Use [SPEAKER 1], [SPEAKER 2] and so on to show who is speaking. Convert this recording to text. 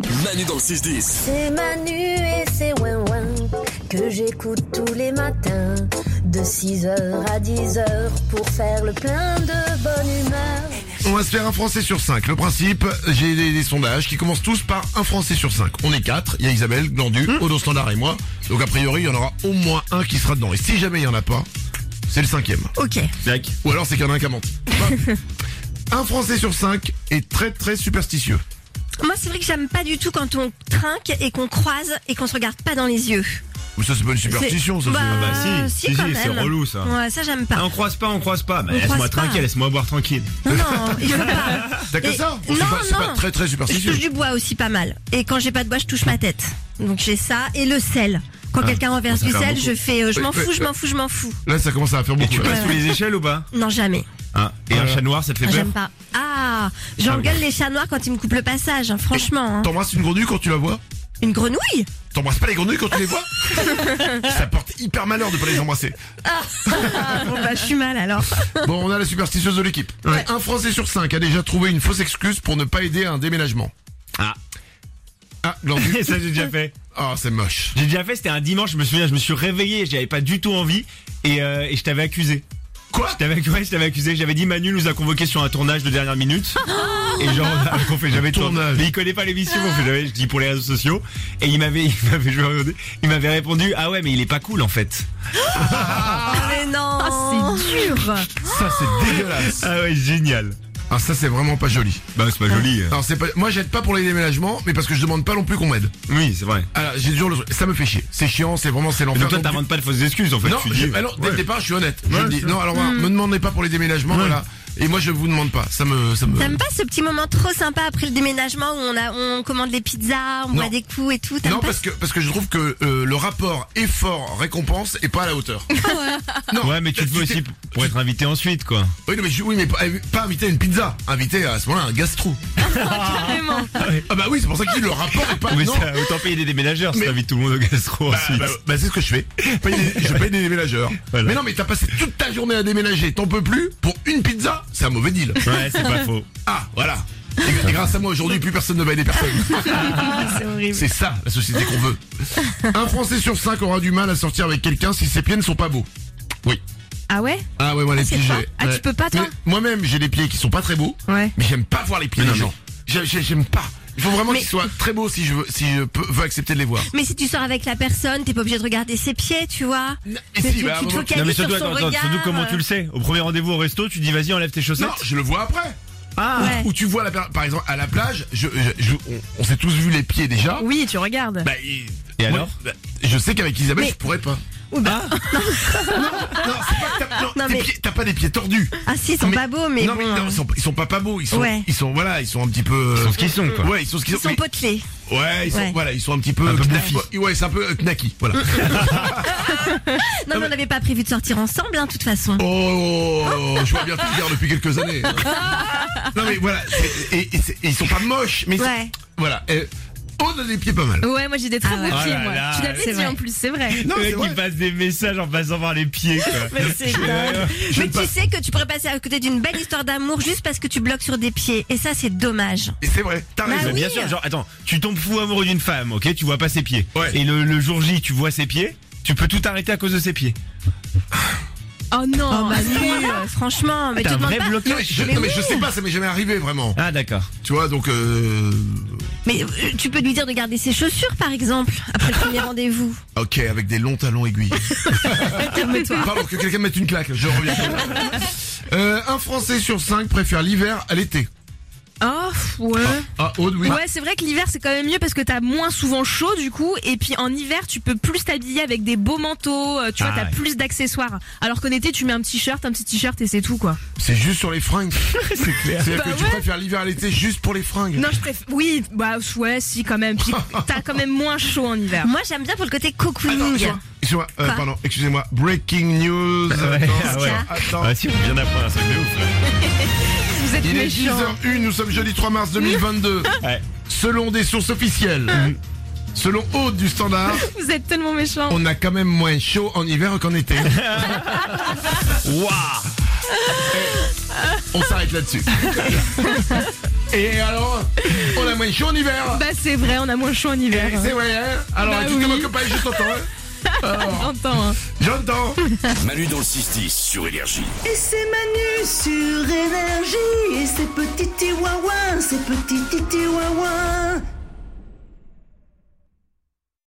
[SPEAKER 1] Manu dans le 6-10.
[SPEAKER 2] C'est Manu et c'est Wenwen que j'écoute tous les matins de 6h à 10h pour faire le plein de bonne humeur.
[SPEAKER 3] On va se faire un Français sur 5. Le principe, j'ai des, des sondages qui commencent tous par un Français sur 5. On est quatre. il y a Isabelle, Glandu,
[SPEAKER 4] Hmm.
[SPEAKER 3] Odo Standard et moi. Donc a priori, il y en aura au moins un qui sera dedans. Et si jamais il y en a pas, c'est le cinquième.
[SPEAKER 4] Ok.
[SPEAKER 3] Ou alors c'est qu'il y en a un qui a menti. Enfin, un Français sur 5 est très très superstitieux.
[SPEAKER 4] Moi, c'est vrai que j'aime pas du tout quand on trinque et qu'on croise et qu'on se regarde pas dans les yeux.
[SPEAKER 3] Ou ça c'est pas une superstition, ça
[SPEAKER 4] Bah,
[SPEAKER 3] c'est-
[SPEAKER 5] bah, si. Si,
[SPEAKER 4] quand
[SPEAKER 5] si, c'est
[SPEAKER 4] même.
[SPEAKER 5] relou, ça.
[SPEAKER 4] Ouais, ça j'aime
[SPEAKER 5] Ah,
[SPEAKER 4] pas.
[SPEAKER 5] on croise pas, on croise pas. Mais
[SPEAKER 4] On
[SPEAKER 5] laisse-moi
[SPEAKER 4] croise pas.
[SPEAKER 5] tranquille, laisse-moi boire tranquille.
[SPEAKER 4] Non, non, il veut pas.
[SPEAKER 3] T'as que
[SPEAKER 4] Et-
[SPEAKER 3] ça
[SPEAKER 4] Non,
[SPEAKER 3] C'est pas, c'est pas
[SPEAKER 4] non.
[SPEAKER 3] très très
[SPEAKER 4] Je touche
[SPEAKER 3] superstitieux.
[SPEAKER 4] du bois aussi pas mal. Et quand j'ai pas de bois, je touche ma tête. Donc j'ai ça et le sel. Quand quelqu'un renverse
[SPEAKER 5] ça
[SPEAKER 4] du
[SPEAKER 5] fait un
[SPEAKER 4] sel,
[SPEAKER 5] beaucoup.
[SPEAKER 4] je fais, euh, je
[SPEAKER 3] Ouais,
[SPEAKER 4] m'en
[SPEAKER 3] ouais,
[SPEAKER 4] fous, je
[SPEAKER 3] ouais.
[SPEAKER 4] m'en fous, je m'en fous.
[SPEAKER 3] Là ça commence à faire beaucoup.
[SPEAKER 5] Tu
[SPEAKER 3] là.
[SPEAKER 5] passes sous les échelles ou pas
[SPEAKER 4] Non, jamais.
[SPEAKER 5] Ah, Et un chat noir, ça te fait
[SPEAKER 4] Ah,
[SPEAKER 5] peur
[SPEAKER 4] J'aime pas. Ah, j'engueule les chats noirs quand ils me coupent le passage, hein, franchement. hein.
[SPEAKER 3] T'embrasses une grenouille quand tu la vois
[SPEAKER 4] Une grenouille
[SPEAKER 3] T'embrasses pas les grenouilles quand tu les vois Ça porte hyper malheur de pas les embrasser.
[SPEAKER 4] Ah, Bon bah je suis mal alors.
[SPEAKER 3] Bon, on a la superstitieuse de l'équipe. Un Français sur cinq a déjà trouvé une fausse excuse pour ne pas aider à un déménagement.
[SPEAKER 5] Ah.
[SPEAKER 3] Ah, Glandu.
[SPEAKER 5] ça j'ai déjà fait.
[SPEAKER 3] Ah, c'est moche.
[SPEAKER 5] J'ai déjà fait, c'était un dimanche, je me souviens, je me suis réveillé, j'avais pas du tout envie et, euh, et je t'avais accusé.
[SPEAKER 3] Quoi
[SPEAKER 5] Je t'avais ouais, je t'avais accusé, j'avais dit Manu nous a convoqué sur un tournage de dernière minute. et genre on a- qu'on fait jamais de
[SPEAKER 3] Tournage.
[SPEAKER 5] tournage. Mais il connaît pas l'émission, on fait jamais, je dis pour les réseaux sociaux et il m'avait il m'avait je me regardais, il m'avait répondu "Ah ouais, mais il est pas cool en fait."
[SPEAKER 4] Ah, mais non. Ah, c'est dur.
[SPEAKER 3] Ça, c'est dégueulasse.
[SPEAKER 5] Ah ouais, génial.
[SPEAKER 3] Ah, ça, c'est vraiment pas joli.
[SPEAKER 5] Bah c'est pas joli.
[SPEAKER 3] Alors, c'est pas... Moi, j'aide pas pour les déménagements, mais parce que je demande pas non plus qu'on m'aide.
[SPEAKER 5] Oui, c'est vrai.
[SPEAKER 3] Alors, j'ai toujours le truc. Ça me fait chier. C'est chiant, c'est vraiment, c'est
[SPEAKER 5] Et
[SPEAKER 3] l'enfer.
[SPEAKER 5] donc toi
[SPEAKER 3] Donc,
[SPEAKER 5] t'inventes pas de fausses excuses en fait,
[SPEAKER 3] Non,
[SPEAKER 5] tu dis.
[SPEAKER 3] je- alors, dès
[SPEAKER 5] ouais.
[SPEAKER 3] le départ, je suis honnête.
[SPEAKER 5] Ouais,
[SPEAKER 3] je dis,
[SPEAKER 5] c'est Mm.
[SPEAKER 3] non, alors, me demandez pas pour les déménagements, voilà. Et moi, je vous demande pas. Ça me, ça me.
[SPEAKER 4] T'aimes pas ce petit moment trop sympa après le déménagement où on a on commande les pizzas, on
[SPEAKER 3] Non.
[SPEAKER 4] boit des coups et tout. T'aimes
[SPEAKER 3] Non,
[SPEAKER 4] pas
[SPEAKER 3] parce que, parce que je trouve que euh, le rapport effort-récompense est pas à la hauteur. non.
[SPEAKER 5] Ouais, mais tu te veux aussi pour être invité ensuite quoi.
[SPEAKER 3] Oui, non, mais, je- oui, mais pas, euh, pas invité à une pizza. Invité à ce moment-là à un gastro.
[SPEAKER 4] Carrément.
[SPEAKER 3] Ah, bah oui, c'est pour ça que je dis, le rapport est pas.
[SPEAKER 5] Mais
[SPEAKER 3] Bah non.
[SPEAKER 5] ça, autant payer des déménageurs, ça invite tout le monde au gastro
[SPEAKER 3] Bah,
[SPEAKER 5] ensuite.
[SPEAKER 3] bah, bah, c'est ce que je fais. Je paye des- je paye des déménageurs.
[SPEAKER 5] Voilà.
[SPEAKER 3] Mais non, mais t'as passé toute ta journée à déménager, t'en peux plus pour une pizza, c'est un mauvais deal.
[SPEAKER 5] Ouais, c'est pas faux.
[SPEAKER 3] Ah, voilà. Et, et grâce à moi aujourd'hui, plus personne ne va aider personne. c'est ça la société qu'on veut. Un Français sur cinq aura du mal à sortir avec quelqu'un si ses pieds ne sont pas beaux. Oui.
[SPEAKER 4] Ah ouais
[SPEAKER 3] Ah ouais, moi les
[SPEAKER 4] c'est
[SPEAKER 3] pieds.
[SPEAKER 4] toi
[SPEAKER 3] j'ai-
[SPEAKER 4] Ah, tu
[SPEAKER 3] ouais.
[SPEAKER 4] peux pas, toi
[SPEAKER 3] Mais Moi-même, j'ai des pieds qui sont pas très beaux.
[SPEAKER 4] Ouais.
[SPEAKER 3] Mais j'aime pas voir les pieds
[SPEAKER 5] Mais
[SPEAKER 3] des
[SPEAKER 5] non,
[SPEAKER 3] gens. J'ai- j'ai- J'aime pas. Il faut vraiment
[SPEAKER 4] Mais-
[SPEAKER 3] qu'ils soient très beaux si je veux, si je peux, veux accepter de les voir.
[SPEAKER 4] Mais si tu sors avec la personne, t'es pas obligé de regarder ses pieds, tu vois.
[SPEAKER 3] Mais
[SPEAKER 4] Mais
[SPEAKER 3] si,
[SPEAKER 4] tu-
[SPEAKER 3] bah, à un
[SPEAKER 4] tu te
[SPEAKER 3] moment-
[SPEAKER 4] focalises sur son
[SPEAKER 5] attends,
[SPEAKER 4] regard.
[SPEAKER 5] surtout comment tu le sais. Au premier rendez-vous au resto, tu dis vas-y, enlève tes chaussettes.
[SPEAKER 3] Non, je le vois après.
[SPEAKER 5] Ah
[SPEAKER 4] Ouais.
[SPEAKER 3] Où tu vois, la, per- par exemple, à la plage, je, je- je- on, on s'est tous vu les pieds déjà.
[SPEAKER 6] Oui, tu regardes.
[SPEAKER 3] Bah, il-
[SPEAKER 5] Et
[SPEAKER 3] moi,
[SPEAKER 5] alors
[SPEAKER 3] bah, Je sais qu'avec Isabelle,
[SPEAKER 4] Mais- bah.
[SPEAKER 3] je pourrais pas.
[SPEAKER 5] Ah.
[SPEAKER 3] Non, c'est pas que t'as non,
[SPEAKER 4] Non,
[SPEAKER 3] tes
[SPEAKER 4] mais-
[SPEAKER 3] pieds- t'as pas des pieds tordus.
[SPEAKER 4] Ah si, ils sont
[SPEAKER 3] Mais-
[SPEAKER 4] pas beaux, mais
[SPEAKER 3] non,
[SPEAKER 4] bon. euh,
[SPEAKER 3] mais non, ils, sont, ils sont pas pas beaux. Ils sont,
[SPEAKER 4] Ouais.
[SPEAKER 3] ils sont voilà, ils sont un petit peu.
[SPEAKER 5] Ils sont ce qu'ils sont, quoi.
[SPEAKER 3] Ouais, ils sont ce qu'ils
[SPEAKER 4] Ils
[SPEAKER 3] sont.
[SPEAKER 4] sont potelés.
[SPEAKER 3] mais- Ah ouais, ils sont
[SPEAKER 4] Ouais.
[SPEAKER 3] voilà, ils sont un petit peu.
[SPEAKER 5] Un peu
[SPEAKER 3] knacky.
[SPEAKER 5] bouffis.
[SPEAKER 3] Ouais, c'est un peu euh, knacky. Voilà.
[SPEAKER 4] Non, mais on n'avait pas prévu de sortir ensemble, hein, de toute façon.
[SPEAKER 3] Oh, je vois bien tout dire depuis quelques années. Non mais voilà, c'est- et, et c'est- et ils sont pas moches, mais ils sont-
[SPEAKER 4] Ouais.
[SPEAKER 3] voilà. euh, on a des pieds pas mal.
[SPEAKER 6] Ouais, moi j'ai des très
[SPEAKER 4] Ah
[SPEAKER 6] beaux
[SPEAKER 4] ouais.
[SPEAKER 5] Oh
[SPEAKER 6] pieds,
[SPEAKER 5] là
[SPEAKER 6] moi.
[SPEAKER 5] là,
[SPEAKER 6] tu l'avais
[SPEAKER 4] c'est
[SPEAKER 6] dit
[SPEAKER 4] vrai.
[SPEAKER 6] en plus, c'est vrai.
[SPEAKER 3] Non,
[SPEAKER 5] Le
[SPEAKER 3] c'est
[SPEAKER 5] mec
[SPEAKER 3] vrai.
[SPEAKER 5] qui passe des messages en passant par les pieds, quoi.
[SPEAKER 6] Mais c'est
[SPEAKER 5] dingue.
[SPEAKER 4] Mais tu sais que tu pourrais passer à côté d'une belle histoire d'amour juste parce que tu bloques sur des pieds. Et ça, c'est dommage.
[SPEAKER 3] Et c'est vrai, t'as
[SPEAKER 4] Bah
[SPEAKER 3] raison.
[SPEAKER 4] oui.
[SPEAKER 5] bien sûr, genre, attends, tu tombes fou amoureux d'une femme, ok, tu vois pas ses pieds.
[SPEAKER 3] Ouais.
[SPEAKER 5] Et le, le jour J, tu vois ses pieds, tu peux tout arrêter à cause de ses pieds.
[SPEAKER 6] Oh non,
[SPEAKER 4] bah, nul, franchement. Mais tu
[SPEAKER 5] T'as un
[SPEAKER 4] demandes
[SPEAKER 5] vrai
[SPEAKER 4] pas.
[SPEAKER 3] Non, mais
[SPEAKER 5] blocage.
[SPEAKER 3] je, non, mais je sais pas, ça m'est jamais arrivé vraiment.
[SPEAKER 5] Ah, d'accord.
[SPEAKER 3] Tu vois, donc euh,
[SPEAKER 4] Mais euh, tu peux lui dire de garder ses chaussures, par exemple, après le premier rendez-vous.
[SPEAKER 3] ok, avec des longs talons aiguilles.
[SPEAKER 6] calme-toi.
[SPEAKER 3] Pardon que quelqu'un me mette une claque. Je reviens. Euh, un Français sur cinq préfère l'hiver à l'été.
[SPEAKER 6] Oh, pff, ouais.
[SPEAKER 3] Ah, Aude, oui.
[SPEAKER 6] Ouais, c'est vrai que l'hiver c'est quand même mieux parce que t'as moins souvent chaud du coup. Et puis en hiver, tu peux plus t'habiller avec des beaux manteaux. euh, Tu vois,
[SPEAKER 5] Ah
[SPEAKER 6] t'as
[SPEAKER 5] ouais.
[SPEAKER 6] plus d'accessoires. Alors qu'en été, tu mets un petit shirt, un petit t-shirt et c'est tout quoi.
[SPEAKER 3] C'est juste sur les fringues. c'est clair. C'est-à-dire
[SPEAKER 6] Bah
[SPEAKER 3] que tu
[SPEAKER 6] ouais.
[SPEAKER 3] préfères l'hiver à l'été juste pour les fringues.
[SPEAKER 6] Non, je préfère. Oui, bah ouais, si quand même. Puis t'as quand même moins chaud en hiver.
[SPEAKER 4] Moi, j'aime bien pour le côté
[SPEAKER 3] Attends,
[SPEAKER 4] cocooning.
[SPEAKER 3] excuse-moi, excuse-moi, euh,
[SPEAKER 4] Quoi
[SPEAKER 3] pardon, excusez-moi. Breaking news.
[SPEAKER 5] Ouais, ah ouais.
[SPEAKER 3] Attends, attends.
[SPEAKER 5] Ah, si, on vient d'apprendre un truc de ouf, là.
[SPEAKER 6] Vous êtes
[SPEAKER 3] Il est
[SPEAKER 6] méchants.
[SPEAKER 3] 10h01, nous sommes jeudi 3 mars 2022.
[SPEAKER 5] Ouais. Mm-hmm.
[SPEAKER 3] Selon des sources officielles, selon Aude du Standard,
[SPEAKER 6] Vous êtes tellement méchants.
[SPEAKER 3] on a quand même moins chaud en hiver qu'en été.
[SPEAKER 5] Waouh!
[SPEAKER 3] On s'arrête là-dessus. Et alors, on a moins chaud en hiver.
[SPEAKER 6] Bah c'est vrai, on a moins chaud en
[SPEAKER 3] Et
[SPEAKER 6] hiver.
[SPEAKER 3] c'est vrai, hein Alors,
[SPEAKER 6] Bah
[SPEAKER 3] tu te
[SPEAKER 6] oui.
[SPEAKER 3] moques pas, je t'entends. hein Alors,
[SPEAKER 6] J'entends. hein.
[SPEAKER 3] J'entends.
[SPEAKER 1] Manu dans le 6-10 sur Énergie.
[SPEAKER 7] Et c'est Manu sur énergie, et ses petits tiwawas, ses petits tiwawas.